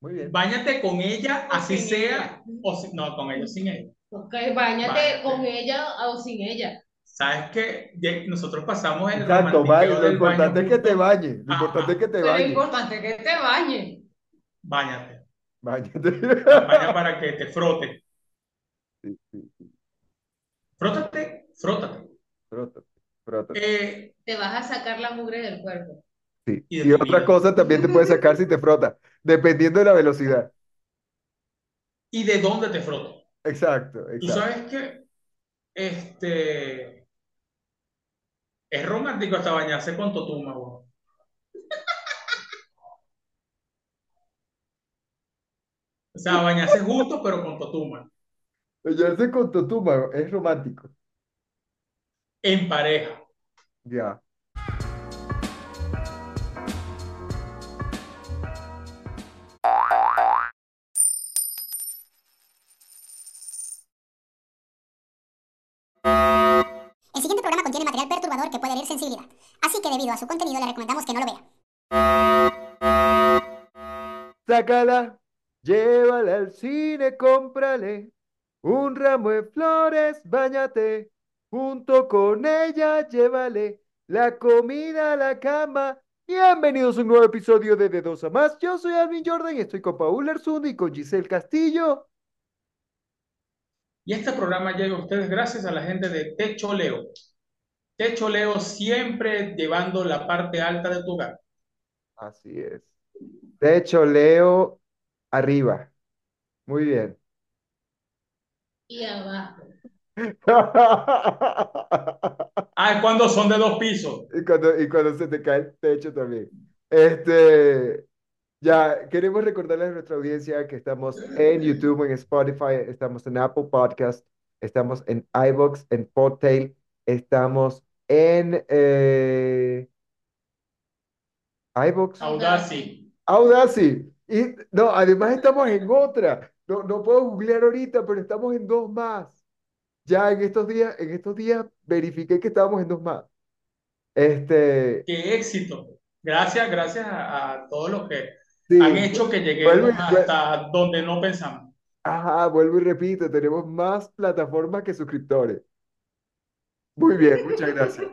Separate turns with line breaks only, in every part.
Muy bien.
Báñate con ella,
O
así
sin
sea, o si- no, con ellos, sin ellos.
Ok, bañate
Báñate.
con ella o sin ella.
Sabes que nosotros pasamos el
Exacto,
romantiqueo
baño, lo
del baño
importante es que te
juntos.
bañes, lo
Ajá.
importante es que te
Pero es
bañes.
importante que te bañes.
Báñate.
Bañate.
Baña para que te frote.
Sí, sí, sí.
Frótate, frótate.
Frótate, frótate.
Eh,
Te vas a sacar la mugre del cuerpo.
Sí.
y de
Y
tu
otra
vida.
cosa también te puede sacar si te frota, dependiendo de la velocidad.
¿Y de dónde te froto?
Exacto,
Tú
exacto.
sabes que este es romántico hasta bañarse con totuma, weón. O sea, bañarse juntos, pero con totuma,
Bañarse con totuma es romántico.
en pareja.
Ya.
El siguiente programa contiene material perturbador que puede herir sensibilidad, así que debido a su contenido le recomendamos que no lo vea.
Sácala, llévala al cine, cómprale un ramo de flores, báñate. Junto con ella, llévale la comida a la cama. Bienvenidos a un nuevo episodio de De Dos a Más. Yo soy Alvin Jordan y estoy con Paul Erzundi y con Giselle Castillo.
Y este programa llega a ustedes gracias a la gente de Techo Leo. Techo Leo siempre llevando la parte alta de tu hogar.
Así es. De hecho, Leo arriba. Muy bien.
Y abajo.
Ah, cuando son de dos pisos.
Y cuando, y cuando se te cae el techo también. Este, ya, queremos recordarles a nuestra audiencia que estamos en YouTube, en Spotify, estamos en Apple Podcast, estamos en iVoox, en Podtail, estamos en eh, iVoox,
Audacity.
Audacity. Y no, además estamos en otra. No, no puedo googlear ahorita, pero estamos en dos más. Ya en estos días, en estos días verifiqué que estábamos en dos más. Este,
Qué éxito. Gracias, gracias a, a todos los que
sí,
han hecho que
Vuelvo
lleguemos
y-
hasta donde no pensamos.
ajá, vuelvo y repito, tenemos más plataformas que suscriptores. Muy bien, muchas gracias.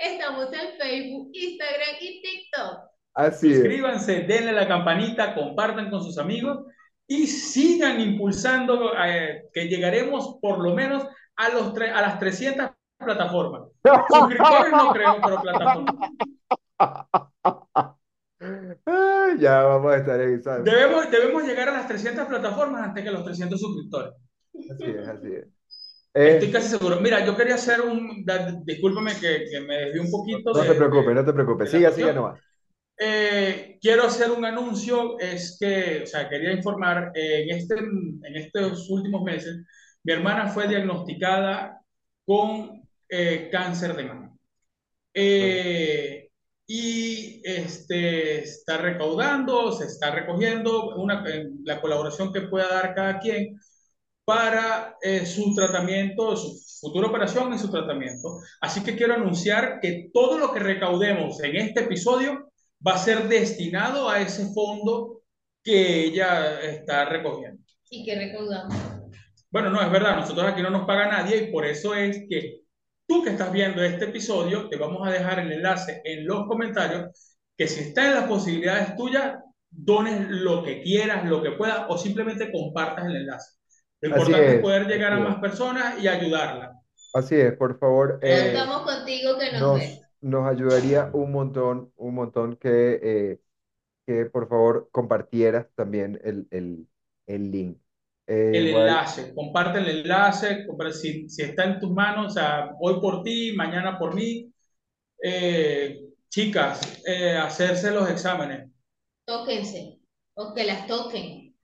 Estamos en Facebook, Instagram y TikTok.
Así es.
Suscríbanse, denle a la campanita, compartan con sus amigos y sigan impulsando eh, que llegaremos por lo menos a, los tre- a las 300 plataformas. Suscriptores no creo, pero plataformas.
Ah, ya vamos a estar en esa-
Debemos, debemos llegar a las 300 plataformas antes que los 300 suscriptores.
Así es, así es.
Estoy
Eh,
casi seguro. Mira, yo quería hacer un... da- discúlpame que, que me desvié un poquito
no
de-
te preocupes,
de-
no te preocupes.
de la
Siga,
cuestión.
siga nomás.
Eh, quiero hacer un anuncio, es que, o sea, quería informar, eh, en este, en estos últimos meses, mi hermana fue diagnosticada con eh, cáncer de mama. Eh, y este, está recaudando, se está recogiendo una, en la colaboración que pueda dar cada quien para eh, su tratamiento, su futura operación y su tratamiento. Así que quiero anunciar que todo lo que recaudemos en este episodio va a ser destinado a ese fondo que ella está recogiendo.
Y que recordamos.
Bueno, no, es verdad, nosotros aquí no nos paga nadie y por eso es que tú que estás viendo este episodio, te vamos a dejar el enlace en los comentarios, que si está en las posibilidades tuyas, dones lo que quieras, lo que puedas o simplemente compartas el enlace. Lo
Así
importante
es,
es poder llegar a
así es.
más personas y ayudarla.
Así es, por favor. eh,
Contamos contigo que nos,
nos,
ves.
nos ayudaría un montón, un montón que, eh, que por favor compartieras también el, el, el link. Eh,
El
igual,
enlace, comparte el enlace, compra- si, si está en tus manos, o sea, hoy por ti, mañana por mí. Eh, chicas, eh, hacerse los exámenes,
Tóquense. O que las toquen.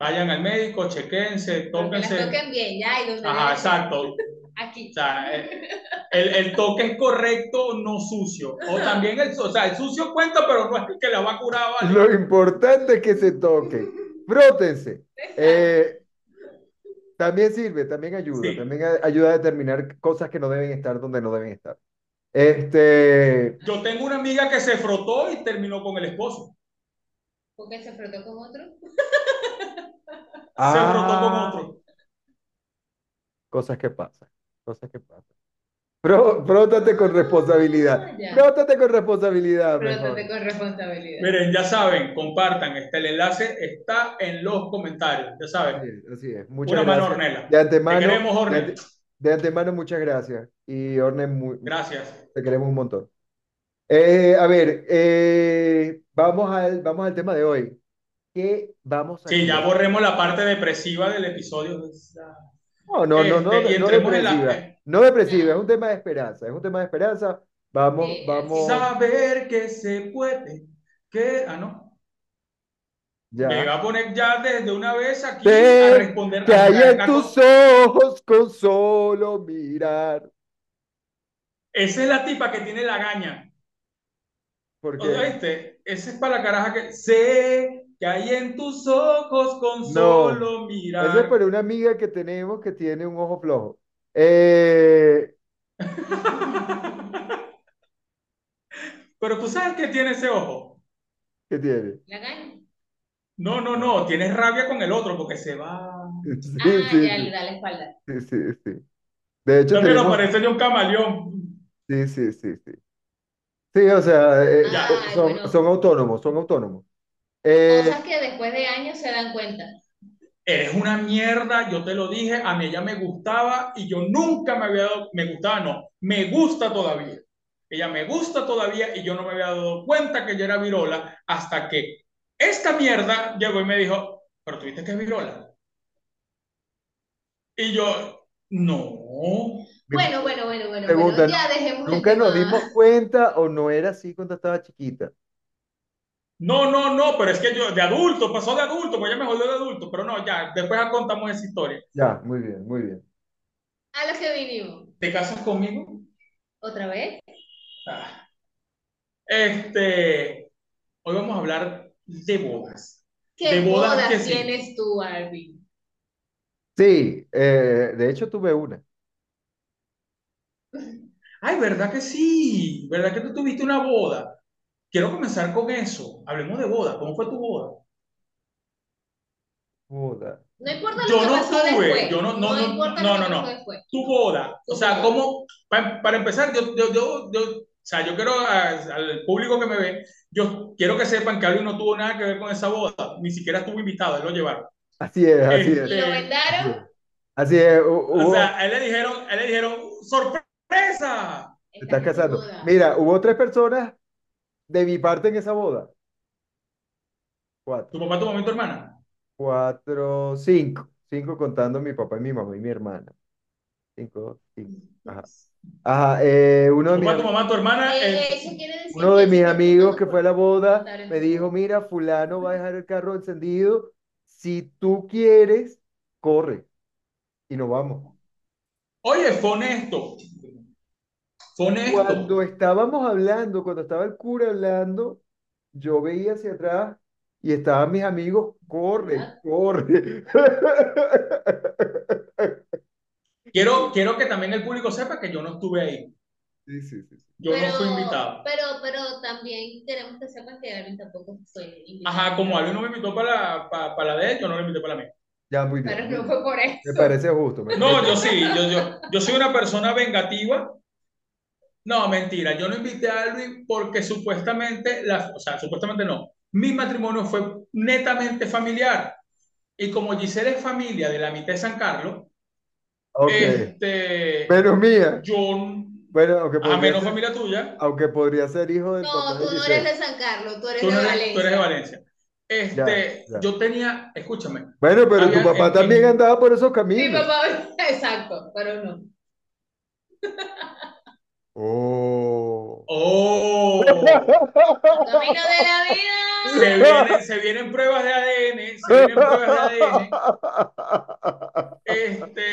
vayan al médico, chequense,
Pero Que las
tóquense.
toquen bien, ya. Y donde
Ajá,
vean,
exacto.
Aquí.
O sea, eh, el, el toque es correcto, no sucio. O también el, o sea, el sucio cuenta, pero no es que la va a curar, ¿vale?
Lo importante es que se toque. Frótense. Eh, también sirve, también ayuda,
Sí.
también a- ayuda a determinar cosas que no deben estar donde no deben estar. Este,
Yo tengo una amiga que se frotó y terminó con el esposo.
Porque se frotó con otro.
Se frotó con
Ah,
otro.
Cosas que pasan, cosas que pasan. Fró- frótate con responsabilidad.
Ah, ya.
Frótate con responsabilidad, mejor.
Frótate con responsabilidad.
Miren, ya saben, compartan. Este, el enlace está en los comentarios. Ya saben.
Así es, así es. Muchas
Una mano,
gracias.
Ornella.
De antemano,
queremos,
de,
Orne.
ante- de antemano, muchas gracias. Y Orne, mu-
Gracias.
te queremos un montón. Eh, a ver, eh, vamos al, vamos al tema de hoy. ¿Qué vamos a
Sí, ya
hacer?
borremos la parte depresiva del episodio.
No, no, no, no,
Este, y
no
entremos en la-
depresiva. No depresiva, es un tema de esperanza. Es un tema de esperanza. Vamos,
Sí,
vamos,
Eh, Saber que se puede. Que, ah, no.
ya.
Me va a poner ya desde una vez aquí
Sé
a responder.
Que
a-
hay
a-
en
a-
tus ojos con solo mirar.
Esa es la tipa que tiene la gaña.
Porque
¿Oíste? Esa es para la caraja que. Sé que hay en tus ojos con
No.
solo
eso es
mirar.
para una amiga que tenemos que tiene un ojo flojo. Eh,
Pero tú sabes que tiene ese ojo.
¿qué tiene?
¿La gaña?
No, no, no. Tienes rabia con el otro porque se va.
Sí,
Ah,
sí,
ya, le
sí,
da la espalda.
sí, sí, sí. De hecho,
También
tenemos-
parece yo un camaleón.
Sí, sí, sí, sí. Sí, o sea, eh,
Ya.
son, son-
bueno.
son autónomos, son autónomos. Eh,
Cosas que después de años se dan cuenta.
Eres una mierda, yo te lo dije, a mí ella me gustaba y yo nunca me había dado, me gustaba, no, me gusta todavía. Ella me gusta todavía y yo no me había dado cuenta que yo era virola hasta que esta mierda llegó y me dijo, pero tú viste que es virola. Y yo, no,
Bueno, bueno, bueno, bueno,
Pregunta,
bueno. Ya dejemos el
nunca nos
tema.
dimos cuenta o no era así cuando estaba chiquita.
no, no, no, pero es que yo de adulto, pasó de adulto, pues ella me jodió de adulto, pero no, ya, después ya contamos esa historia.
Ya, muy bien, muy bien.
A lo que vinimos.
¿Te casas conmigo?
¿Otra vez?
Ah. Este, hoy vamos a hablar de bodas.
¿Qué
De bodas
bodas
que sí.
tienes tú, Arvin?
Sí, eh, de hecho tuve una.
Ay, ¿verdad que sí? ¿Verdad que tú tuviste una boda? Quiero comenzar con eso. Hablemos de boda. ¿Cómo fue tu boda?
Joda.
No importa lo
Yo
que
no
pasó
tuve,
después.
yo no- no, no,
importa
no,
lo que
no, no.
pasó después.
Tu boda. O sea, ¿cómo? pa- para empezar, yo, yo, yo, yo- o sea, yo quiero a- al público que me ve, yo quiero que sepan que Alvin no tuvo nada que ver con esa boda. Ni siquiera estuvo invitado, él lo llevaron.
Así es, así es,
Este,
Y lo
así
vendaron.
es. Así es, hu-
O
hubo-
sea, a él le dijeron, a él le dijeron, ¡sorpresa!
te estás casando.
desnuda.
Mira, hubo tres personas de mi parte en esa boda. Cuatro,
Tu papá, tu mamá y tu hermana.
cuatro, cinco. Cinco contando mi papá y mi mamá y mi hermana. Cinco, cinco. Ajá. Ajá, eh, uno de
Tu
mis
papá, tu
amigos-
mamá, tu hermana,
Eh,
Ah, el-
eso quiere decir
Uno de
que
mis
si tú
amigos
no
que
puedes
fue a la boda
contar en
me
tu
dijo,
boda.
mira, fulano va a dejar el carro encendido. Si tú quieres, corre. Y nos vamos.
Oye, fue honesto. Fue honesto.
Cuando estábamos hablando, cuando estaba el cura hablando, yo veía hacia atrás y estaban mis amigos, corre,
¿Verdad?
corre.
Quiero, quiero que también el público sepa que yo no estuve ahí.
Sí, sí, sí. sí.
Yo no
Pero-
fui invitado.
Pero, pero también tenemos que sepan que Arvin tampoco fue invitado.
Ajá, como alguien no me invitó para la, pa- para la de él, yo no lo invité para la mía.
Ya, muy bien.
Pero
muy
no
bien.
fue por eso.
Me parece justo. me
No,
parece
yo sí, yo, yo, yo soy una persona vengativa. No, mentira, yo no invité a Alvin porque supuestamente, la, o sea, supuestamente no, mi matrimonio fue netamente familiar. Y como Giselle es familia de la mitad de San Carlos,
Ok.
este,
Menos mía.
yo,
Bueno, aunque
a
podría
menos
ser-
familia tuya,
aunque podría ser hijo del
No,
papá de
tú no
Giselle.
eres de San Carlos, tú eres
tú,
de
no eres,
Valencia.
tú eres de Valencia. Este,
Ya, ya.
yo tenía, escúchame,
Bueno, pero tu
Había-
papá
en-
también
en-
andaba por esos
Mi
caminos.
papá, exacto, pero no.
Oh.
oh,
Los caminos de la vida.
se vienen, se vienen pruebas de ADN, se vienen pruebas de ADN. Este,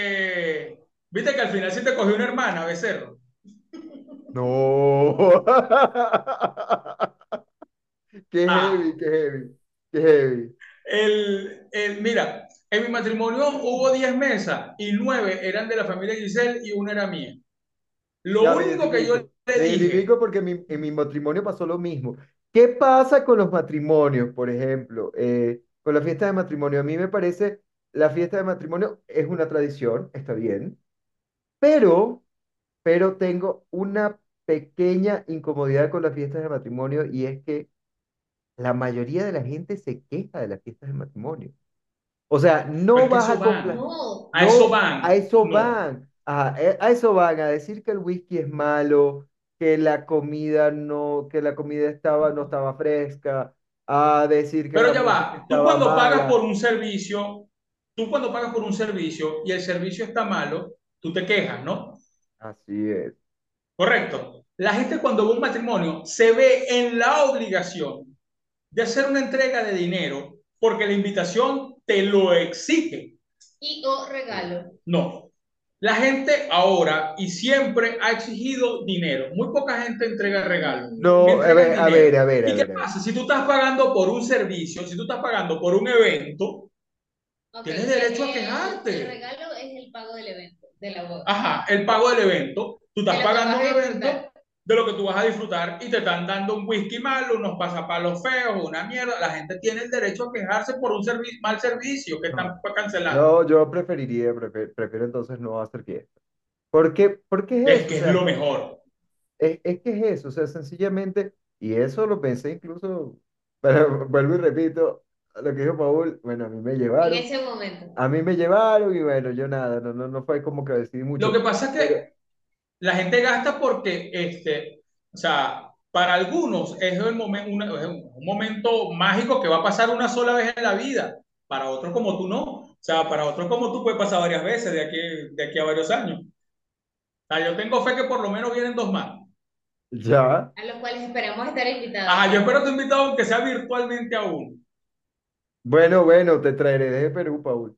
viste que al final sí te cogió una hermana, becerro.
No. Qué
Ah.
heavy, qué heavy, qué heavy.
El, el, mira, en mi matrimonio hubo 10 mesas y 9 eran de la familia Giselle y una era mía. Lo
Ya me
único que yo
identifico.
le
Me
dije,
identifico porque en mi, en mi matrimonio pasó lo mismo. ¿Qué pasa con los matrimonios, por ejemplo? Eh, con la fiesta de matrimonio. A mí me parece, la fiesta de matrimonio es una tradición, está bien, pero, pero tengo una pequeña incomodidad con las fiestas de matrimonio y es que la mayoría de la gente se queja de las fiestas de matrimonio. O sea,
Pero
no
es que
vas
eso
a
va.
comprar.
No,
A eso
No,
van.
a eso
No.
van. A, e- a eso van, a decir que el whisky es malo, que la comida no, que la comida estaba, no estaba fresca, a decir que
Pero
la
ya
música
va, tú
estaba
cuando pagas
mala.
por un servicio, tú cuando pagas por un servicio y el servicio está malo, tú te quejas, ¿no?
Así es.
Correcto. La gente cuando va a un matrimonio se ve en la obligación de hacer una entrega de dinero porque la invitación te lo exige.
y o regalo.
No. La gente ahora y siempre ha exigido dinero. Muy poca gente entrega regalos. Me
No, a
entregan
ver, a ver,
dinero.
a ver, a
¿Y qué
ver, a ver.
pasa? Si tú estás pagando por un servicio, si tú estás pagando por un evento,
Ok,
tienes
pero
derecho a
el, el
quejarte.
regalo es el pago del evento, de la boda.
Ajá, el pago del evento. Tú
De
estás
lo que
pagando
vas
un
a
evento
disfrutar.
de lo que tú vas a disfrutar y te están dando un whisky malo, unos pasapalos feos, una mierda. La gente tiene el derecho a quejarse por un servi- mal servicio que están pues,
No.
cancelando.
Yo, yo preferiría, prefe- prefiero entonces no hacer fiesta. ¿Por qué, por qué es
Es
eso? O
que es
sea,
lo mejor.
Es, es que es eso, o sea, sencillamente, y eso lo pensé incluso, pero vuelvo y repito, lo que dijo Paul, bueno, a mí me
En
llevaron,
ese momento.
a mí me llevaron y bueno, yo nada, no, no, no fue como que decidí
Lo
mucho,
que pasa es
pero
que la gente gasta porque, este, o sea, para algunos es, el momen- una- es un un momento mágico que va a pasar una sola vez en la vida. Para otros como tú no. O sea, para otros como tú puede pasar varias veces de aquí, de aquí a varios años. sea, yo tengo fe que por lo menos vienen dos más.
ya,
A los cuales esperamos estar invitados.
Ajá, yo espero tu invitado, aunque sea virtualmente aún.
bueno, bueno, te traeré de Perú, Paul,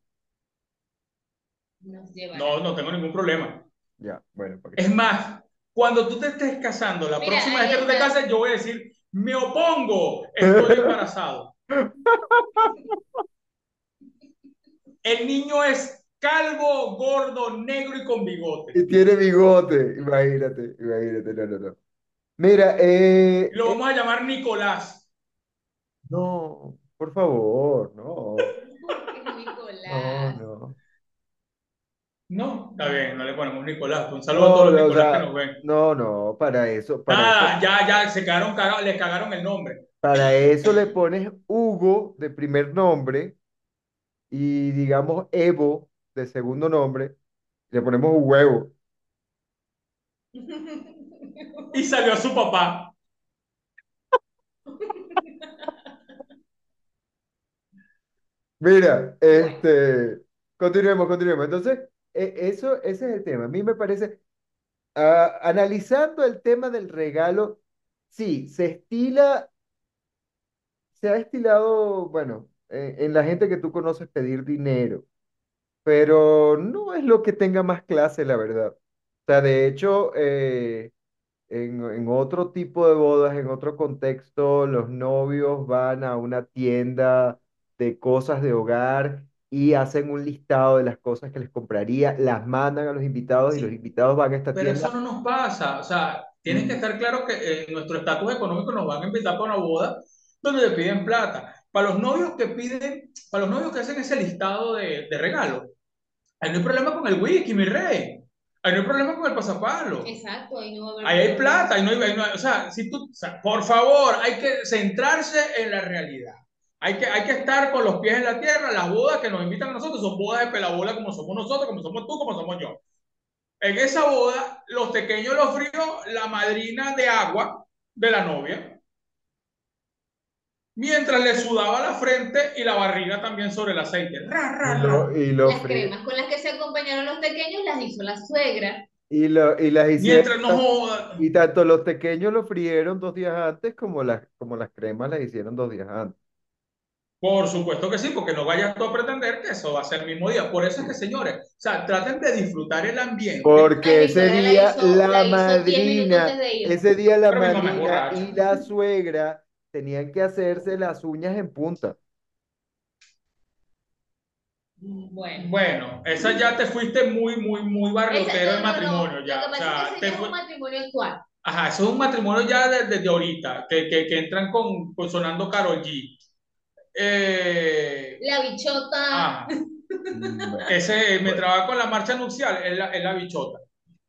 Nos llevará.
No, no tengo ningún problema.
ya, bueno, porque
Es más, cuando tú te estés casando, la
Mira,
próxima vez
ahí
que tú te
está.
cases, yo voy a decir, me opongo, estoy embarazado. El niño es calvo, gordo, negro y con bigote.
y tiene bigote, imagínate, imagínate, no, no, no. Mira, eh,
Y lo
eh,
vamos a llamar Nicolás.
no, por favor, no,
Porque
no,
Nicolás.
no.
No, está bien, no le ponemos Nicolás. Un saludo a
No,
todos los
no, o
Nicolás que
sea,
nos ven.
no, no, para eso, para eso,
Nada, Ah, ya, ya, se cagaron, cagados, les cagaron el nombre.
para eso le pones Hugo de primer nombre y digamos Evo de segundo nombre, le ponemos un huevo.
Y salió a su papá.
Mira,
Bueno,
este, continuemos, continuemos. Entonces, e- eso, ese es el tema. A mí me parece, ah, analizando el tema del regalo, sí, se estila, se ha estilado, bueno, eh, en en la gente que tú conoces pedir dinero. pero no es lo que tenga más clase, la verdad. O sea, de hecho, eh, en, en otro tipo de bodas, en otro contexto, los novios van a una tienda de cosas de hogar y hacen un listado de las cosas que les compraría, las mandan a los invitados y los
Sí,
invitados van a esta
Pero eso
tienda Mm.
no nos pasa, o sea, tienes que
y
estar claro que eh, nuestro estatus económico nos van a invitar para una boda donde te piden plata. Para los novios que piden, para los novios que hacen ese listado de, de regalos, ahí no hay problema con el whisky, mi rey. Ahí no hay problema con el pasapalo.
exacto, ahí no va a haber
Ahí hay
problema.
plata, ahí no hay, ahí no hay- o sea, si tú, o sea, por favor, hay que centrarse en la realidad. Hay que, hay que estar con los pies en la tierra. Las bodas que nos invitan a nosotros son bodas de pelabola como somos nosotros, como somos tú, como somos yo. En esa boda, los pequeños los fríos, la madrina de agua de la novia, mientras le sudaba la frente y la barriga también sobre el aceite. Ra,
y
ra,
lo,
ra.
y lo
Las
fri-
cremas con las que se acompañaron los pequeños las hizo la suegra.
y lo- y las hicieron,
Mientras no
ta-
joda.
y tanto los pequeños lo frieron dos días antes como las, como las cremas las hicieron dos días antes.
Por supuesto que sí, porque no vayas tú a pretender que eso va a ser el mismo día. Por eso es que, señores, o sea, traten de disfrutar el ambiente.
Ay,
Porque
mi
ese
suegra la
día
hizo,
la
la hizo 10 minutos antes
madrina,
de irnos.
ese día la
Pero mi mamá es
madrina
borracha.
y la suegra tenían que hacerse las uñas en punta.
Mm, Bueno.
Bueno, esa ya te fuiste muy, muy, muy
Esa-
barriotero del
no, no, no.
matrimonio,
Lo
ya.
que
O
pasa es que
sea,
ese
te
ya es un
fue.
matrimonio actual.
Ajá, eso es un matrimonio ya desde ahorita, que, que, que entran con, con sonando Karol G. Eh, ah.
La bichota.
ajá. Mm. Ese eh, me trababa con la marcha nupcial, es la, es la bichota.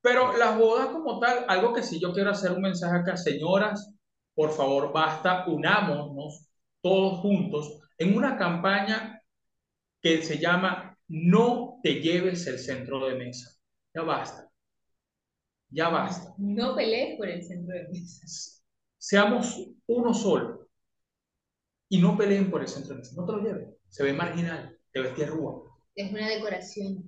Pero las bodas como tal, algo que sí yo quiero hacer un mensaje acá, señoras, por favor, basta, unámonos todos juntos en una campaña que se llama No te lleves el centro de mesa. Ya basta. Ya basta.
No pelees por el centro de mesa.
Seamos uno solo y no peleen por el centro de mesa. No te lo lleves. Se ve marginal, te ves rúa.
Es una decoración.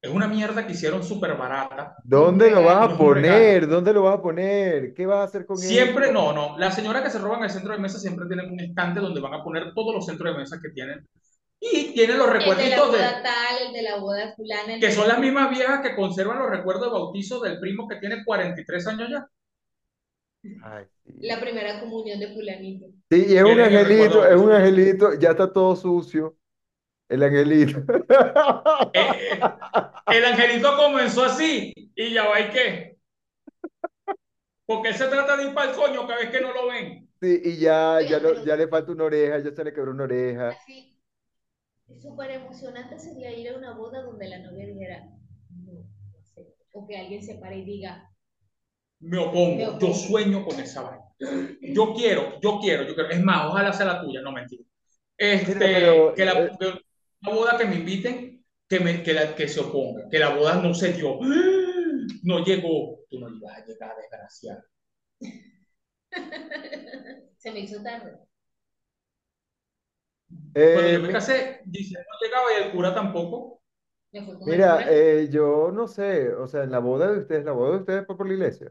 Es una mierda que hicieron súper barata.
¿Dónde lo vas
No
a
es un regalo.
poner? ¿Dónde lo vas a poner? ¿Qué vas a hacer con él?
Siempre, no, no. Las señoras que se roban el centro de mesa siempre tienen un estante donde van a poner todos los centros de mesa que tienen. Y tienen los
El de la
recuerditos
boda
de...
tal, el de la boda fulana. el
Que
de-
son las mismas viejas que conservan los recuerdos de bautizo del primo que tiene 43 años ya.
Ay, sí.
La primera comunión de fulanito.
Sí, y es un
Tiene que
angelito,
recordar.
es un angelito, ya está todo sucio. El angelito.
Eh, eh, el angelito comenzó así y ya va y qué. Porque se trata de ir para el coño cada vez que no lo ven.
Sí, y ya, ya,
Oigan,
no- ya le falta una oreja, ya se le quebró una oreja.
Así. Súper emocionante sería ir a una boda donde la novia dijera, no, no sé. O que alguien se pare y diga,
Me opongo.
Me opongo.
Yo sueño con esa vaina. Yo quiero, yo quiero, yo quiero. Es más, ojalá sea la tuya, no mentira. Este,
Pero- eh, pero-
que la, que la boda que me inviten, que, me, que, la, que se oponga, que la boda no se dio. No llegó. Tú no ibas a llegar, desgraciado.
se me hizo tarde.
Cuando
Eh,
yo me casé, dice, no llegaba y el cura tampoco.
Me fue con el
mira,
cura.
eh, yo no sé, o sea, en la boda de ustedes, la boda de ustedes fue por la iglesia.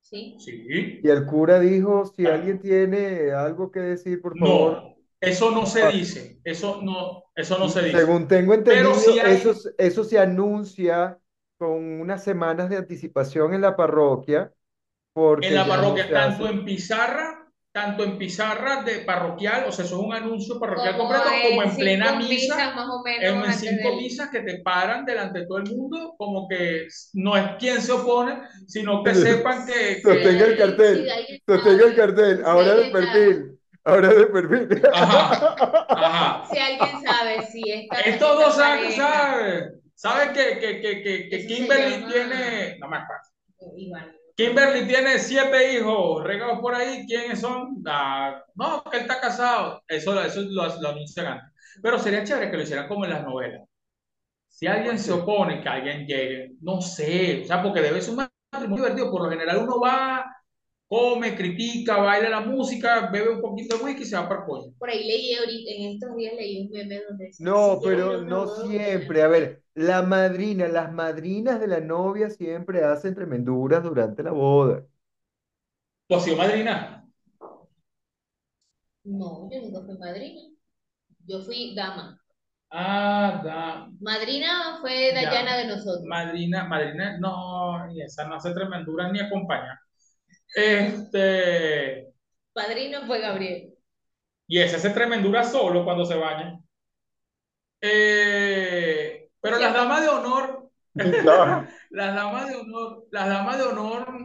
Sí.
Sí.
Y el cura dijo, si alguien tiene algo que decir, por favor.
No, eso no se
Ah.
dice. Eso no, eso no se dice.
Según tengo
Pero
entendido,
si hay-
eso, s- eso se anuncia con unas semanas de anticipación en la parroquia, porque
En la
ya no
parroquia,
se
tanto
hace.
en pizarra, tanto en pizarra de parroquial, o sea, eso es un anuncio parroquial completo,
en
como en plena
cinco
misa,
misas más o menos.
en
antes
cinco
del-
misas que te paran delante de todo el mundo, como que no es quien se opone, sino que sepan que, que-
Sostenga el
Sí,
cartel,
sí, alguien
Sostengo el
sabe.
cartel, ahora de
alguien sabe.
perfil, ahora de perfil.
Ajá, ajá.
Si alguien sabe si esta
Estos
esta
dos saben,
pareja-
saben, saben que, que, que, que, que
Eso se
Kimberly
llama-
tiene, no me acuerdo.
Iván.
Kimberly tiene siete hijos regados por ahí. ¿Quiénes son? Ah, no, que él está casado. Eso, eso lo, lo anuncian antes. Pero sería chévere que lo hicieran como en las novelas. Si alguien se opone, que alguien llegue. No sé, o sea, porque debe ser un matrimonio divertido. Por lo general uno va, come, critica, baila la música, bebe un poquito de whisky y se va para el coño.
Por ahí leí ahorita, en estos días leí un meme donde decía,
No,
si quieren
pero
una
no
boda
siempre. A ver, la madrina, las madrinas de la novia siempre hacen tremenduras durante la boda.
¿Tú has sido madrina?
No, yo nunca fui madrina. Yo fui dama.
Ah, da-
Madrina fue
Ya.
Dayana de nosotros.
Madrina, madrina, no, y esa no hace tremenduras ni acompaña. Este.
Padrino fue Gabriel.
Y ese hace tremendura solo cuando se baña. Eh, pero las damas de honor,
Claro.
las damas de honor, las damas de honor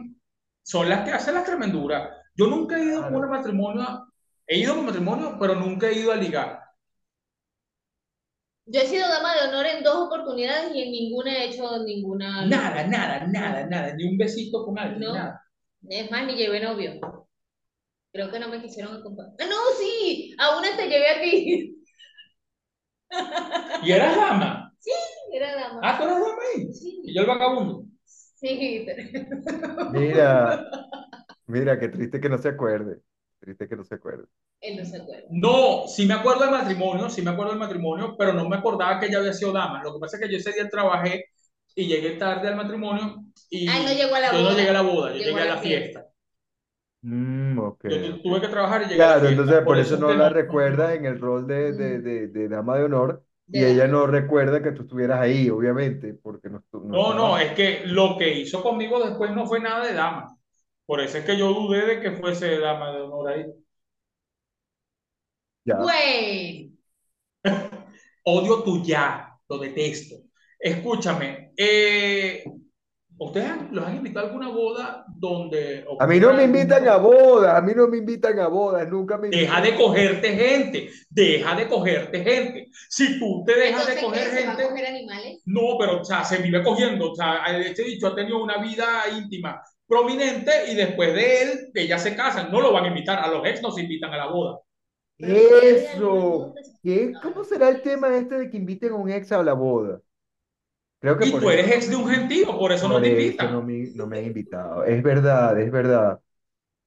son las que hacen las tremenduras. Yo nunca he ido a
Claro.
un matrimonio, a- he ido a un matrimonio, pero nunca he ido a ligar.
Yo he sido dama de honor en dos oportunidades y en ninguna he hecho ninguna.
Nada, nada, nada, nada, ni un besito con alguien,
Ah, No.
nada.
Es más, ni llevé novio. Creo que no me quisieron acompañar. ¡Ah, no, sí! A una te llevé a ti.
Y eras dama.
Era dama.
Ah, tú eras dama ahí.
Sí,
Y yo el vagabundo.
sí.
Mira, mira, qué triste que no se acuerde. Triste que no se acuerde.
Él no se acuerda.
No, sí me acuerdo del matrimonio, sí me acuerdo del matrimonio, pero no me acordaba que ella había sido dama. Lo que pasa es que yo ese día trabajé y llegué tarde al matrimonio y
Ah, él no llegó a la
yo no
boda.
llegué a la boda, yo
Llegó
llegué a la fiesta.
Mm, ok.
Yo tu- tuve que trabajar y llegué a la
Claro,
fiesta.
entonces por eso
es
no
que
la recuerdas en el rol de, de,
Mm.
de- de dama de honor y
De-
ella no recuerda que tú estuvieras ahí, obviamente, porque no, estu-
No, no,
estaba.
es que lo que hizo conmigo después no fue nada de dama. Por eso es que yo dudé de que fuese dama de honor ahí.
Ya.
Güey.
Odio tu ya, lo detesto. Escúchame, eh, ¿Ustedes han- los han invitado a alguna boda donde
A mí no me
ocurra
invitan
algún-
a bodas, a mí no me invitan a bodas, nunca me
Deja
invitan.
de cogerte gente, deja de cogerte gente. Si tú te dejas de
Entonces,
coger
¿qué? ¿Se va a
gente,
coger animales?
no, pero o sea, se vive cogiendo. O sea, este dicho ha tenido una vida íntima prominente y después de él, ellas se casan. No lo van a invitar, a los ex no se invitan a la boda.
Pero si hay alguna
Eso.
duda, se-
¿Qué? ¿Cómo será el tema este de que inviten a un ex a la boda? Creo que
Y
por
tú
eso
eres ex de un gentío, por eso no
por
te
eso
invitan.
no me, no me han invitado. Es verdad, es verdad.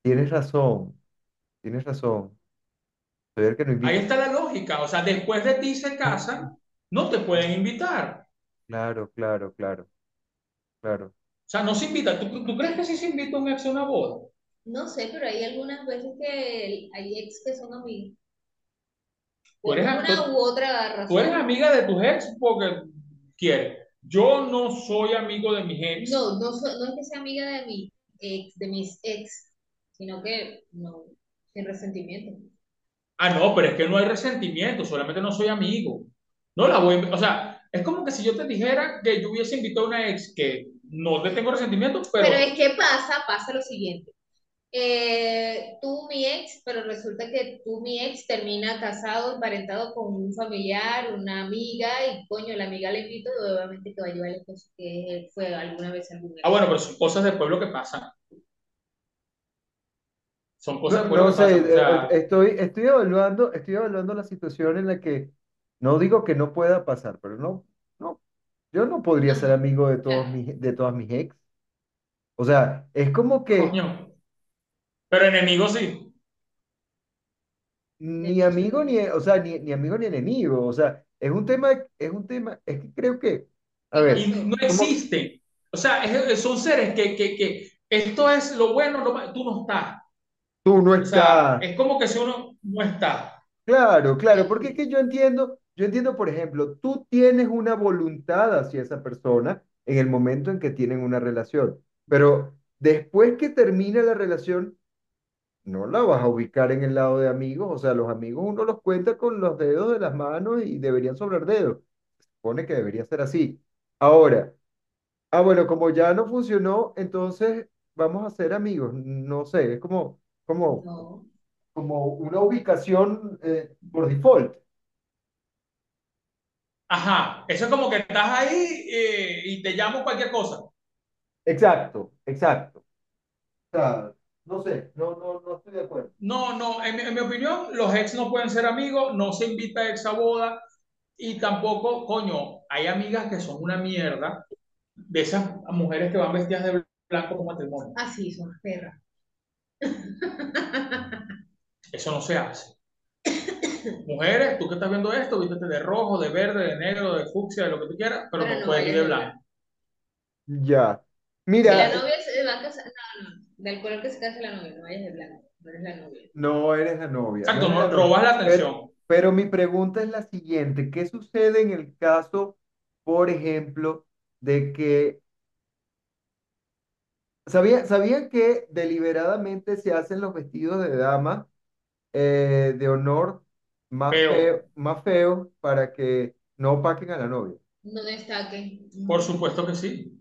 Tienes razón, tienes razón. Soy el que no
Ahí
invita.
está la lógica. O sea, después de ti se casan, no te pueden invitar.
Claro, claro, claro, claro.
O sea, no se invita. ¿Tú, tú crees que sí se invita un ex a una boda?
No sé, pero hay algunas veces que el- hay ex que son amigos.
Tú
Por
eres
una
actor-
u otra razón.
Tú eres amiga de tus ex porque quieres. Yo no soy amigo de mis ex.
No, no, so- no es que sea amiga de mi ex, de mis ex, sino que no, sin resentimiento.
Ah, no, pero es que no hay resentimiento, solamente no soy amigo. No la voy a invi- O sea, es como que si yo te dijera que yo hubiese invitado a una ex que no le tengo resentimiento, pero,
Pero es que pasa, pasa lo siguiente. Eh, tú, mi ex, pero resulta que tú, mi ex, termina casado, emparentado con un familiar, una amiga, y coño, la amiga le invito, y obviamente que va a llevar el esposo que fue alguna vez a algún
Ah, bueno, pero son cosas del pueblo que pasan. Son
No,
cosas del pueblo
no
que
sé,
pasan. O
eh, eh,
sea,
estoy, estoy evaluando, estoy evaluando la situación en la que no digo que no pueda pasar, pero no, no, yo no podría ser amigo de todos
Claro.
mis, de todas mis ex. O sea, es como que
coño. Pero enemigo sí.
ni amigo ni, o sea, ni, ni amigo ni enemigo. O sea, es un tema, es un tema, es que creo que, a
Y
ver,
no
como,
existen. O sea, es- son seres que, que, que esto es lo bueno, lo malo. Tú no estás.
tú no
O sea,
estás.
es como que si uno no está.
Claro, claro, porque es
Ujú.
que yo entiendo, yo entiendo, por ejemplo, tú tienes una voluntad hacia esa persona en el momento en que tienen una relación, pero después que termina la relación, no la vas a ubicar en el lado de amigos, o sea, los amigos uno los cuenta con los dedos de las manos y deberían sobrar dedos. Se supone que debería ser así. Ahora, ah, bueno, como ya no funcionó, entonces vamos a ser amigos, no sé, es como,
pues.
como,
No,
como una ubicación eh, por default.
Ajá. Eso es como que estás ahí eh, y te llamo cualquier cosa.
Exacto, exacto. O sea, no sé, no, no, no estoy de acuerdo.
No, no, en, mi- en mi opinión, los ex no pueden ser amigos, no se invita ex a boda y tampoco, coño, hay amigas que son una mierda de esas mujeres que van vestidas de blanco como matrimonio.
así Ah, son las perras.
Eso no se hace. Mujeres, tú que estás viendo esto, vístete de rojo, de verde, de negro, de fucsia, de lo que tú quieras, pero
Pero
no
no
puedes ir
vayas
de
de blanco.
blanco.
Ya.
Si la
Mira,
novia se va a casar, no, no, del color que se case la novia, no vayas de blanco, no eres la novia.
no eres la novia, no
Exacto,
eres la
no
novia.
robas la
Pero,
atención.
pero mi pregunta es la siguiente, ¿qué sucede en el caso, por ejemplo, de que sabía, sabían que deliberadamente se hacen los vestidos de dama eh, de honor más
Feo,
feo, más feos para que no opaquen a la novia?
No destaque.
por
Ujú.
supuesto que sí.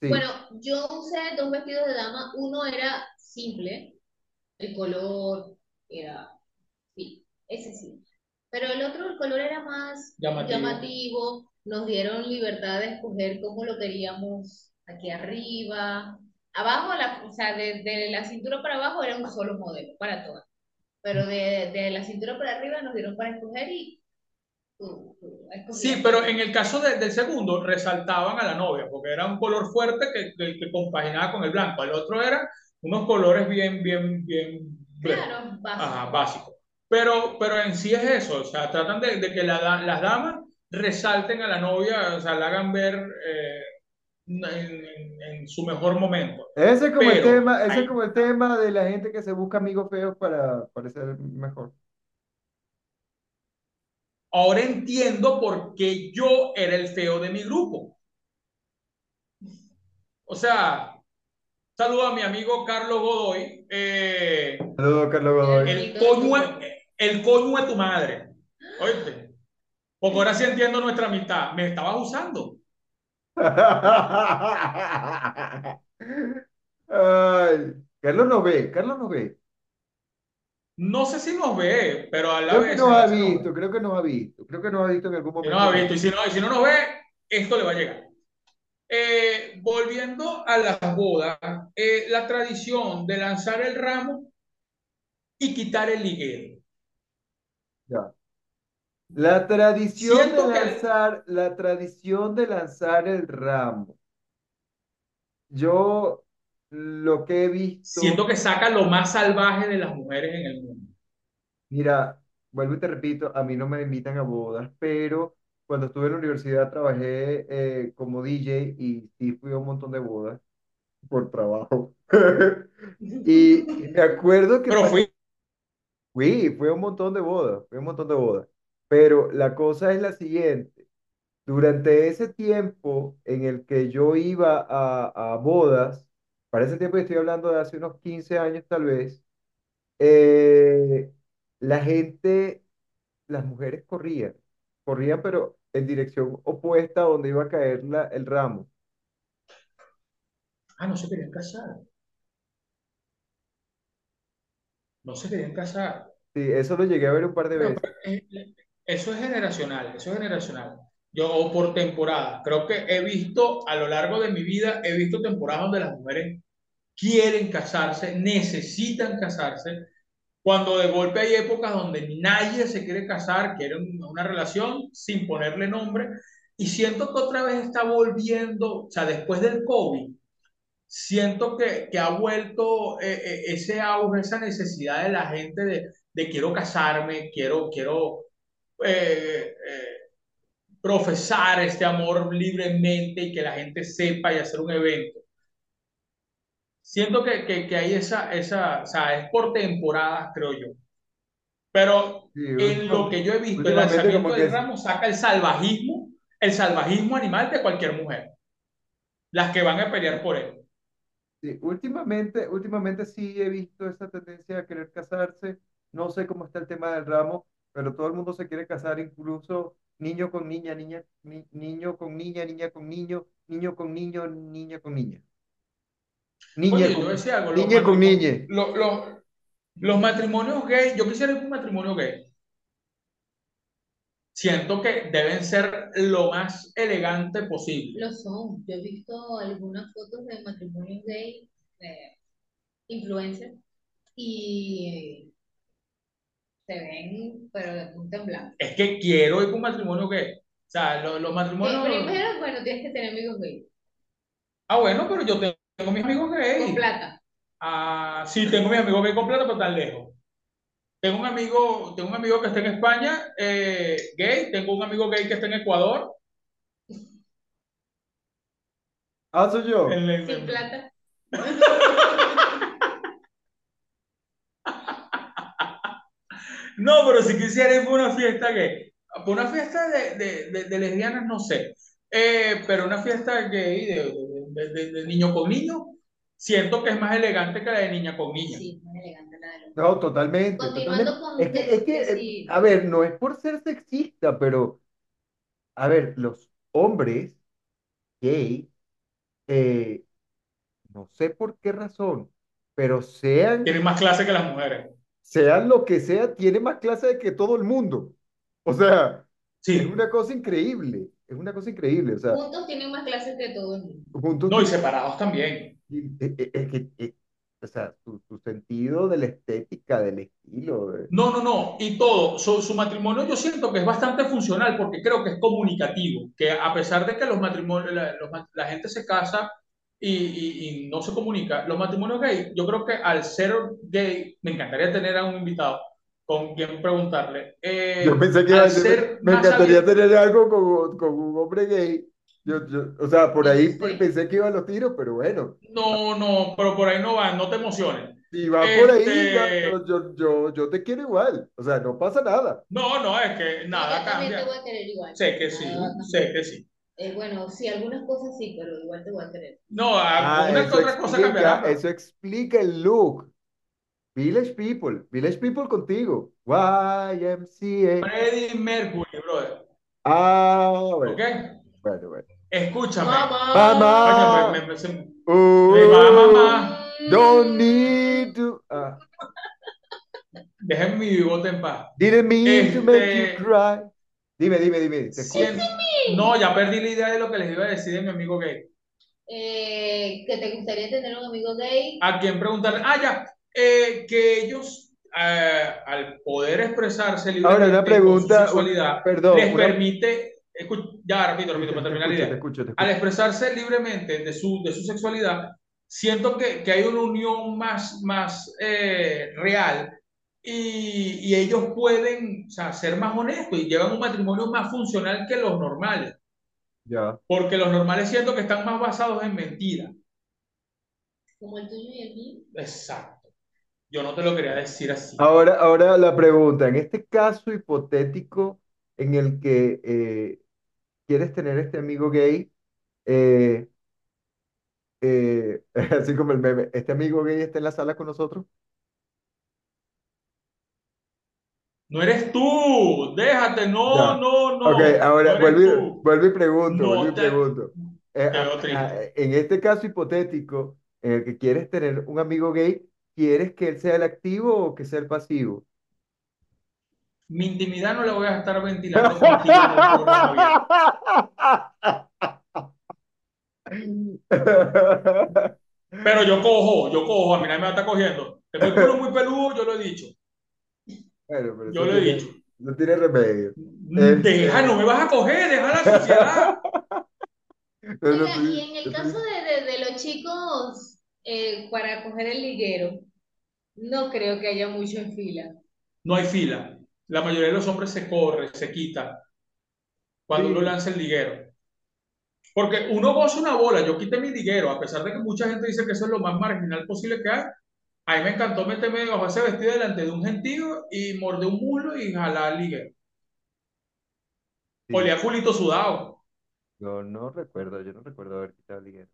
Sí.
Bueno, yo usé dos vestidos de dama. Uno era simple, el color era, sí, ese sí. Pero el otro, el color era más
Llamativo.
llamativo. Nos dieron libertad de escoger cómo lo queríamos aquí arriba. Abajo, la, o sea, de, de la cintura para abajo era un solo modelo para todas. Pero de, de la cintura para arriba nos dieron para escoger y uh, tú, tú
Sí,
escogías
pero
tú.
en el caso de- del segundo resaltaban a la novia, porque era un color fuerte que, que- que compaginaba con el blanco. El otro era unos colores bien, bien, bien, ble-
Claro,
ajá,
básico.
básicos. Pero, pero en sí es eso, o sea, tratan de, de que la da- las damas resalten a la novia, o sea, la hagan ver eh, en, en- en su mejor momento.
Ese es como el
Pero
tema, ese es
hay,
como el tema de la gente que se busca amigos feos para parecer mejor.
ahora entiendo por qué yo era el feo de mi grupo. O sea, saludo a mi amigo Carlos Godoy. eh,
Saludos, Carlos
Era el
Godoy.
El
bonito de tu
coño,
grupo.
es- el coño es tu madre. Oíste. Porque ahora sí entiendo nuestra amistad. Me estabas usando.
Ay, Carlos nos ve, Carlos nos ve.
No sé si nos ve, pero a la
Creo que
vez.
nos ha
a veces nos
visto, creo que nos ha visto, creo que nos ha visto en algún
ve. Si no ha
momento.
visto, y si no, y si no nos ve, esto le va a llegar. Eh, volviendo a las bodas, eh, la tradición de lanzar el ramo y quitar el liguero.
Ya. La tradición de
Siento que.
lanzar, la tradición de lanzar el ramo. Yo lo que he visto,
Siento que saca lo más salvaje de las mujeres en el mundo.
mira, vuelvo y te repito, a mí no me invitan a bodas, pero cuando estuve en la universidad trabajé eh, como DJ y sí fui a un montón de bodas por trabajo. Y, y me acuerdo que
Pero
pa-
fui,
fui, fui a un montón de bodas, fui a un montón de bodas, pero la cosa es la siguiente. Durante ese tiempo en el que yo iba a, a bodas, para ese tiempo que estoy hablando de hace unos 15 años tal vez, eh, la gente, las mujeres corrían, corrían pero en dirección opuesta a donde iba a caer la- el ramo.
ah, no se querían casar, no se querían casar.
Sí, eso lo llegué a ver un par de
Bueno,
veces.
pero, eh, eso es generacional, eso es generacional. Yo, o por temporada, creo que he visto a lo largo de mi vida, he visto temporadas donde las mujeres quieren casarse, necesitan casarse, cuando de golpe hay épocas donde nadie se quiere casar, quiere un- una relación sin ponerle nombre, y siento que otra vez está volviendo, o sea, después del COVID. Siento que, que ha vuelto eh, eh, ese auge, esa necesidad de la gente de, de quiero casarme, quiero, quiero eh, eh, profesar este amor libremente y que la gente sepa y hacer un evento. Siento que, que, que hay esa, esa, o sea, es por temporadas, creo yo. Pero
Sí,
en lo
últimamente,
que yo he visto, el
últimamente
lanzamiento
como que
del
es...
ramo saca el salvajismo, el salvajismo animal de cualquier mujer, las que van a pelear por él.
Sí, últimamente, últimamente sí he visto esa tendencia a querer casarse. No sé cómo está el tema del ramo, pero todo el mundo se quiere casar, incluso niño con niña, niña, ni- niño con niña, niña con niño, niño con niño, niña con niña. Niña
Oye, yo
con,
decía algo, los
niña con
matrimonios,
niña.
los, los, los matrimonios gay, yo quisiera ir a un matrimonio gay. Siento que deben ser lo más elegante posible.
Lo son. Yo he visto algunas fotos de matrimonios gay, de influencers, y se ven, pero de punta en blanco.
Es que quiero ir a un matrimonio gay. O sea, lo- los
Eh,
matrimonios.
primero, bueno, tienes que tener amigos gay,
Ah, bueno, pero yo tengo, tengo mis amigos
con
gay.
plata.
Ah, sí, tengo mis amigos gay con plata, pero tan lejos. Tengo un amigo, tengo un amigo que está en España, eh, gay. Tengo un amigo gay que está en Ecuador.
Ah, soy yo.
El-
Sin
el-
plata.
No, pero si quisiera ir por una fiesta que, por una fiesta de, de, de- de lesbianas, no sé, Eh, pero una fiesta gay de, de, de- de niño con niño, siento que es más elegante que la de niña con niña.
Sí, muy elegante la de los
No,
gays.
totalmente, totalmente.
Continuando con
Es que, es
de,
que,
de
eh,
si
a ver, no es por ser sexista, pero, a ver, los hombres gay, eh, no sé por qué razón, pero sean,
Tienen más clase que las mujeres.
sean lo que sea, tiene más clase de que todo el mundo. O sea, es
Sí.
una cosa increíble, es una cosa increíble. O sea,
juntos tienen más clases que todo el mundo.
juntos
No, y
tienen,
separados también.
eh, eh, eh, que- eh, o sea, su, su sentido de la estética, del estilo, de-
No, no, no. Y todo, su, su matrimonio yo siento que es bastante funcional porque creo que es comunicativo, que a pesar de que los matrimonios, la, los mat- la gente se casa y, y- y no se comunica, los matrimonios gay, yo creo que al ser gay, me encantaría tener a un invitado con quien preguntarle,
Yo
eh,
pensé que iba a
al
decir,
ser
me
más
encantaría
abierto,
tener algo con, con un hombre gay. Yo, yo, o sea, por
No
ahí pe-
sé.
pensé que iban los tiros, pero bueno,
no, no, pero por ahí no van, no te emociones.
si va por ahí, ya,
Este,
yo, yo, yo, yo te quiero igual. O sea, no pasa nada.
no, no, es que
No,
nada
yo también te
cambia.
voy a Ah, querer igual.
Sé que
Nada va
sí,
a cambiar.
sé que sí.
Eh, bueno, sí, algunas cosas sí, pero igual te voy a querer.
No, a-
Ah,
una que
eso
otra cosa cambiará,
explica,
pero...
eso explica el look. Village People, Village People contigo. YMCA.
Freddie Mercury, brother.
Ah,
¿Ok?
Pues. bueno, bueno, bueno.
Escúchame.
Mamá.
Mamá.
Coño, pues, me- me- se-
Oh,
Mi mamá.
Mm.
Don't need to. ah,
déjenme mi bigote en paz.
didn't mean to make you
Este-
cry. Dime, dime, dime. te escucho.
Sien- No, ya perdí la idea de lo que les iba a decir de mi amigo gay.
Eh, que te gustaría tener un amigo gay.
a quien preguntarle, ah, ya, eh, que ellos eh, al poder expresarse
Ahora,
libremente
una
con su
pregunta.
sexualidad,
Perdón.
les
una-
permite, escu- ya repito, repito, para
Te
terminar
escucho, te
la idea,
escucho, te
al
escucho.
expresarse libremente de su, de su sexualidad, siento que, que hay una unión más, más eh, real y, y ellos pueden, o sea, ser más honestos y llevan un matrimonio más funcional que los normales,
Ya.
porque los normales siento que están más basados en mentiras.
Como el tuyo y el mío.
Exacto. Yo no te lo quería decir así.
Ahora, ahora la pregunta, en este caso hipotético en el que eh, quieres tener este amigo gay, eh, eh, así como el meme, ¿este amigo gay está en la sala con nosotros?
No eres tú, déjate, no,
Ya.
no, no.
Ok, ahora
no eres
vuelvo y,
tú.
vuelvo y pregunto,
No
vuelvo y
te-
pregunto. Eh,
te veo
a-
triste.
a- en este caso hipotético en el que quieres tener un amigo gay, ¿quieres que él sea el activo o que sea el pasivo?
Mi intimidad no la voy a estar ventilando contigo en un programa abierto. Pero yo cojo, yo cojo, a mí nadie me está cogiendo. Es muy culo muy peludo, yo lo he dicho.
Bueno, pero
Yo
eso
lo he
tiene-
dicho.
No tiene remedio. Este-
Deja, no me vas a coger, deja la sociedad.
No, no,
Oiga,
tú-
y en el
tú-
caso de, de- de los chicos eh, para coger el liguero, no creo que haya mucho en fila.
No hay fila. La mayoría de los hombres se corre, se quita cuando
Sí.
uno lanza el liguero. Porque uno goza una bola, yo quité mi liguero, a pesar de que mucha gente dice que eso es lo más marginal posible que hay. A mí me encantó meterme debajo de ese vestido delante de un gentío y morder un mulo y jalar el liguero.
sí.
Olía a culito sudado.
Yo no recuerdo, yo no recuerdo haber quitado liguero.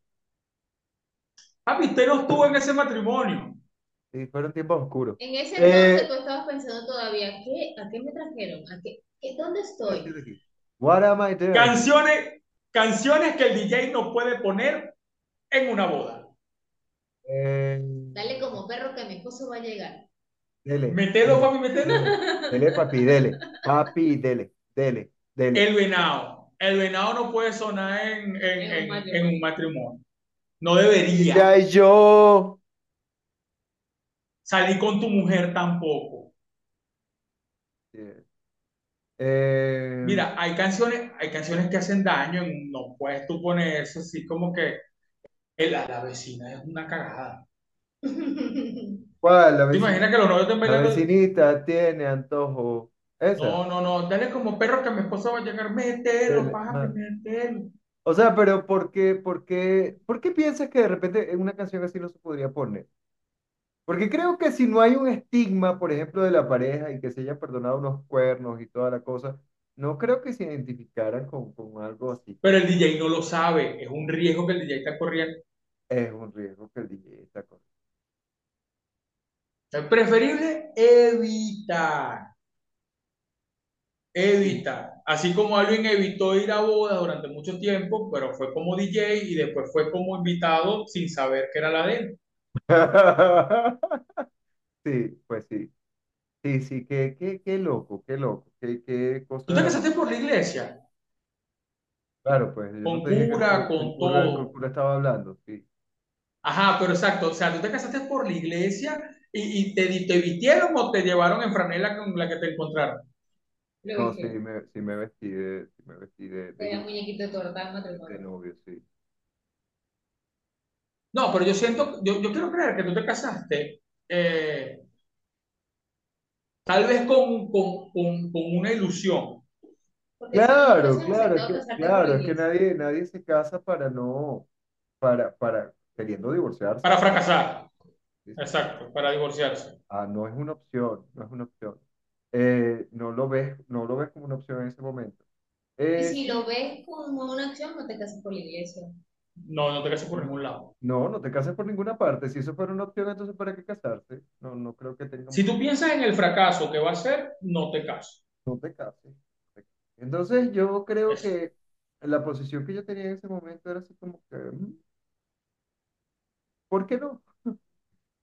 Papi, usted no estuvo en ese matrimonio.
Sí, fueron tiempos oscuros.
En ese
Eh,
entonces tú estabas pensando todavía, ¿qué? ¿A qué me trajeron? ¿A qué? ¿Qué- ¿Dónde estoy?
What am I doing?
Canciones, canciones que el DJ no puede poner en una boda.
Eh,
Dale como perro que mi esposo va a llegar.
dele,
Metelo,
dele,
papi, metelo.
dele, papi, dele. Papi, dele, dele, dele.
El venado. El venado no puede sonar en, en-
En un
en-
matrimonio.
en un matrimonio. No debería.
Ya yo.
Salir con tu mujer tampoco.
Eh,
Mira, hay canciones, hay canciones que hacen daño. en- No puedes tú poner eso así como que el- la, la vecina es una cagada.
¿cuál? La
¿Te
vecina,
imaginas que los novios estén
la
bailando?
vecinita tiene antojo. Esa.
No, no, no. Dale como perro que mi esposa va a llegar. Mételo,
Dale,
papi,
ma-
mételo.
O sea, pero ¿por qué, por qué, por qué piensas que de repente en una canción así no se podría poner? Porque creo que si no hay un estigma, por ejemplo, de la pareja y que se haya perdonado unos cuernos y toda la cosa, no creo que se identificaran con, con algo así.
Pero el DJ no lo sabe. Es un riesgo que el DJ está corriendo.
Es un riesgo que el DJ está con.
Es preferible evitar. Evitar. Así como alguien evitó ir a bodas durante mucho tiempo, pero fue como DJ y después fue como invitado sin saber que era la de él.
Sí, pues sí. Sí, sí, qué, qué, qué loco, qué loco, qué, qué cosa.
Tú te casaste por la iglesia.
Claro, pues yo
Con
no te dije que el
cura,
cu- el
con
cura,
todo.
con cura estaba hablando, sí.
Ajá, pero exacto. O sea, tú te casaste por la iglesia y, y te, di- te vistieron o te llevaron en franela con la que te encontraron.
Lo
No, sí
dije.
me, sí me vestí de, sí me vestí de, de
Era
gay.
muñequito de torta,
De
matrimonio.
novio, sí.
No, pero yo siento, yo, yo quiero creer que tú te casaste. eh, Tal vez con, con, con, con una ilusión.
Porque si no, no
Claro,
hubieses
claro, es
aceptado
que,
casarte por
claro, es que
iglesia.
nadie, nadie se casa para no, para, para, queriendo divorciarse.
Para fracasar. Exacto, para divorciarse.
Ah, no es una opción, no es una opción. Eh, no lo ves, no lo ves como una opción en ese momento.
Y
Eh,
si lo ves como una acción, no te casas por la iglesia.
No, no te casas por ningún lado.
no, no te cases por ninguna parte. Si eso fuera una opción, entonces ¿para qué casarse? No, no creo que tenga
Si tú piensas en el fracaso que va a ser, no te casas.
No te cases. Entonces yo creo que la posición que yo tenía en ese momento era así como que, mm, ¿por qué no?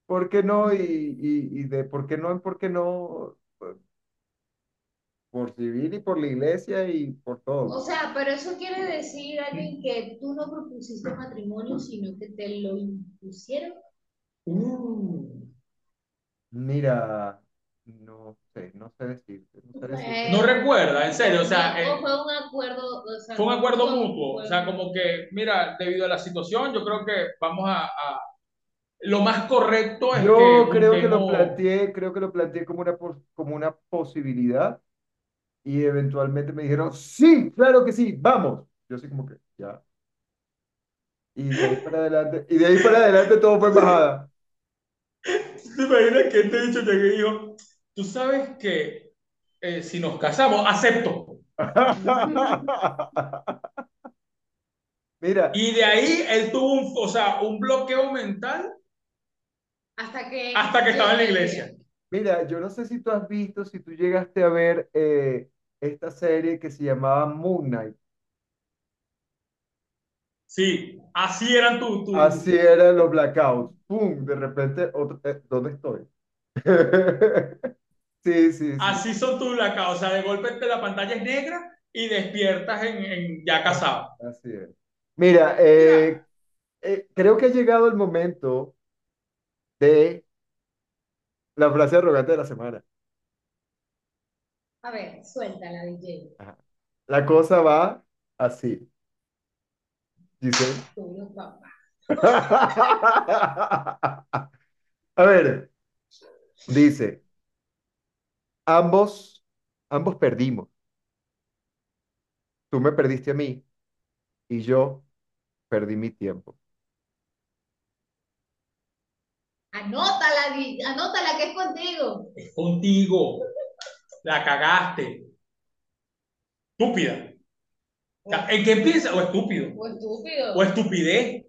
¿Por qué no? Y, y, y de por qué no en por qué no, eh, por civil y por la iglesia y por todo.
O sea, pero eso quiere decir, alguien que tú no propusiste matrimonio, sino que te lo impusieron.
Uh,
Mira, no sé, no sé decirte, no sé decirte.
no recuerda, en serio, o sea, eh,
O fue un acuerdo, o sea,
fue un acuerdo
fue un
mutuo, o sea,
acuerdo.
como que, mira, debido a la situación, yo creo que vamos a, a- lo más correcto es Pues que
Yo creo que lo
busquemos-
planteé, creo que lo planteé como una, pos- como una posibilidad y eventualmente me dijeron, sí, claro que sí, vamos. Yo así como que, ya. Y de ahí para adelante, y de ahí para adelante todo fue bajada.
¿Te imaginas que este dicho te dijo, tú sabes que eh, si nos casamos, acepto?
Mira,
Y de ahí él tuvo un, o sea, un bloqueo mental.
Hasta que,
Hasta que estaba en la iglesia.
mira, yo no sé si tú has visto, si tú llegaste a ver eh, esta serie que se llamaba Moon Knight.
Sí, así eran tú, tú.
Así eran los blackouts. ¡Pum! De repente, otro, eh, ¿dónde estoy? Sí, sí, sí.
Así son tus blackouts. O sea, de golpe te- la pantalla es negra y despiertas en, en- ya casado.
Así es. Mira, eh, eh, creo que ha llegado el momento de la frase arrogante de la semana.
A ver, suéltala, DJ.
La cosa va así. Dice.
Tú, no, papá.
A ver, dice, ambos, ambos perdimos. Tú me perdiste a mí y yo perdí mi tiempo.
Anótala, di- anótala que es contigo.
Es contigo. La cagaste. Estúpida. O sea, ¿En qué piensas? O estúpido.
O estúpido.
O estupidez.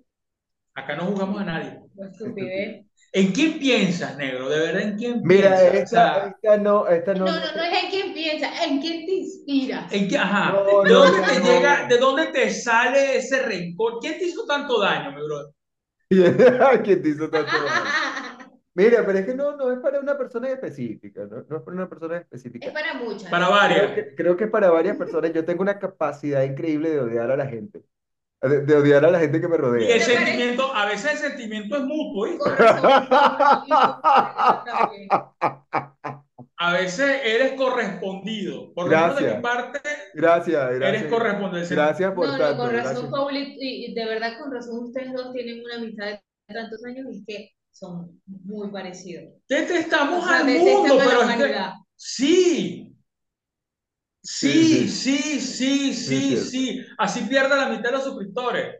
Acá no jugamos a nadie.
O estupidez.
¿En quién piensas, negro? ¿De verdad en quién
Mira,
piensas? O
esta,
sea,
esta no, esta no.
No, no, no es en quién piensa, en quién te inspiras.
¿en qué- ajá.
No,
¿De
no,
dónde
no,
te
no.
llega, de dónde te sale ese rencor? ¿Quién te hizo tanto daño, mi brother?
¿Quién te hizo tanto daño? Mira, pero es que no, no es para una persona específica, no, no es para una persona específica.
Es para muchas.
Para
Creo
varias.
que, creo que para varias personas yo tengo una capacidad increíble de odiar a la gente, de, de odiar a la gente que me
Y
rodea.
el sentimiento, a veces el sentimiento es mutuo, ¿eh?
Con razón, con razón, también.
A veces eres correspondido. Por lo menos de
Gracias.
mi parte,
Gracias,
eres
gracias.
correspondido.
Gracias por
No, no,
tanto.
con razón,
gracias.
Paul, y, y de verdad con razón ustedes dos tienen una amistad de tantos años y que son muy parecidos.
Detestamos
O sea,
al
detestan
mundo,
a este la
pero es que-
humanidad.
Sí.
Sí,
Sí, sí, sí,
Sí,
sí,
es
sí. Así pierde la mitad de los suscriptores.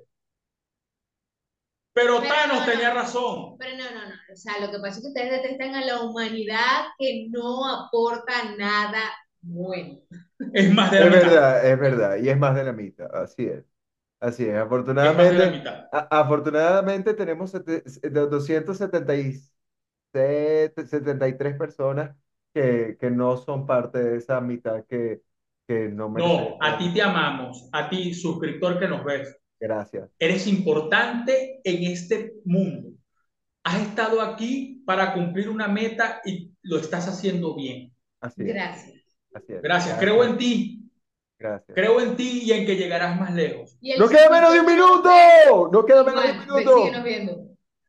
Pero
Pero no,
Thanos tenía
no.
razón.
Pero no, no, no. O sea, lo que pasa es que ustedes detestan a la humanidad que no aporta nada bueno.
Es más de la
Es
mitad.
verdad, es verdad. Y es más de la mitad. Así es. Así es.
Es más de la
Afortunadamente,
mitad.
a- afortunadamente tenemos sete- s- de 277 73 personas que, que no son parte de esa mitad que, que no merece.
No, a ti te amamos. A ti, suscriptor que nos ves.
Gracias.
Eres importante en este mundo. Has estado aquí para cumplir una meta y lo estás haciendo bien.
Así es.
Gracias.
Así es.
Gracias. Creo en ti.
Gracias.
Creo en ti y en que llegarás más lejos.
Y el
¡No queda menos de un minuto! ¡No queda menos de un
Igual, pues, síguenos
minuto!
viendo.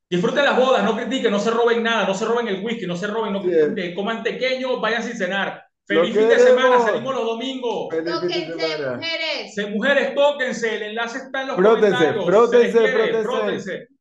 Disfruten las bodas, no critiquen, no se roben nada, no se roben el whisky, no se roben, no
Así es.
eh, coman pequeño, vayan sin cenar.
Lo
Feliz fin de semana,
queremos.
salimos los domingos.
¡Feliz fin de
Tóquense,
semana!
mujeres.
Se- Mujeres, tóquense, el enlace está en los
Frótense,
comentarios.
frótense,
Se les quiere,
frótense.
frótense.